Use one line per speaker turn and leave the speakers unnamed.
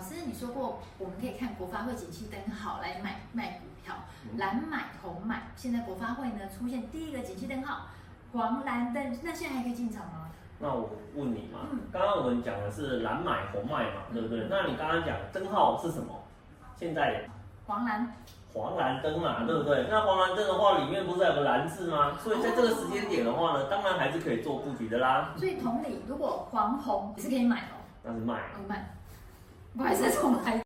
师，你说过我们可以看国发会景气灯号来买卖股票，蓝买红买。现在国发会呢出现第一个景气灯号黄蓝灯，那现在还可以进场吗？
那我问你嘛
嗯，
刚刚我们讲的是蓝买红卖嘛，对不对？那你刚刚讲灯号是什么？现在
黄蓝
黄蓝灯嘛，对不对？那黄蓝灯的话，里面不是还有个蓝字吗？所以在这个时间点的话呢，当然还是可以做布局的啦。
所以同理，如果黄红也是可以买哦，
那是卖，
我买，不好意思，重来。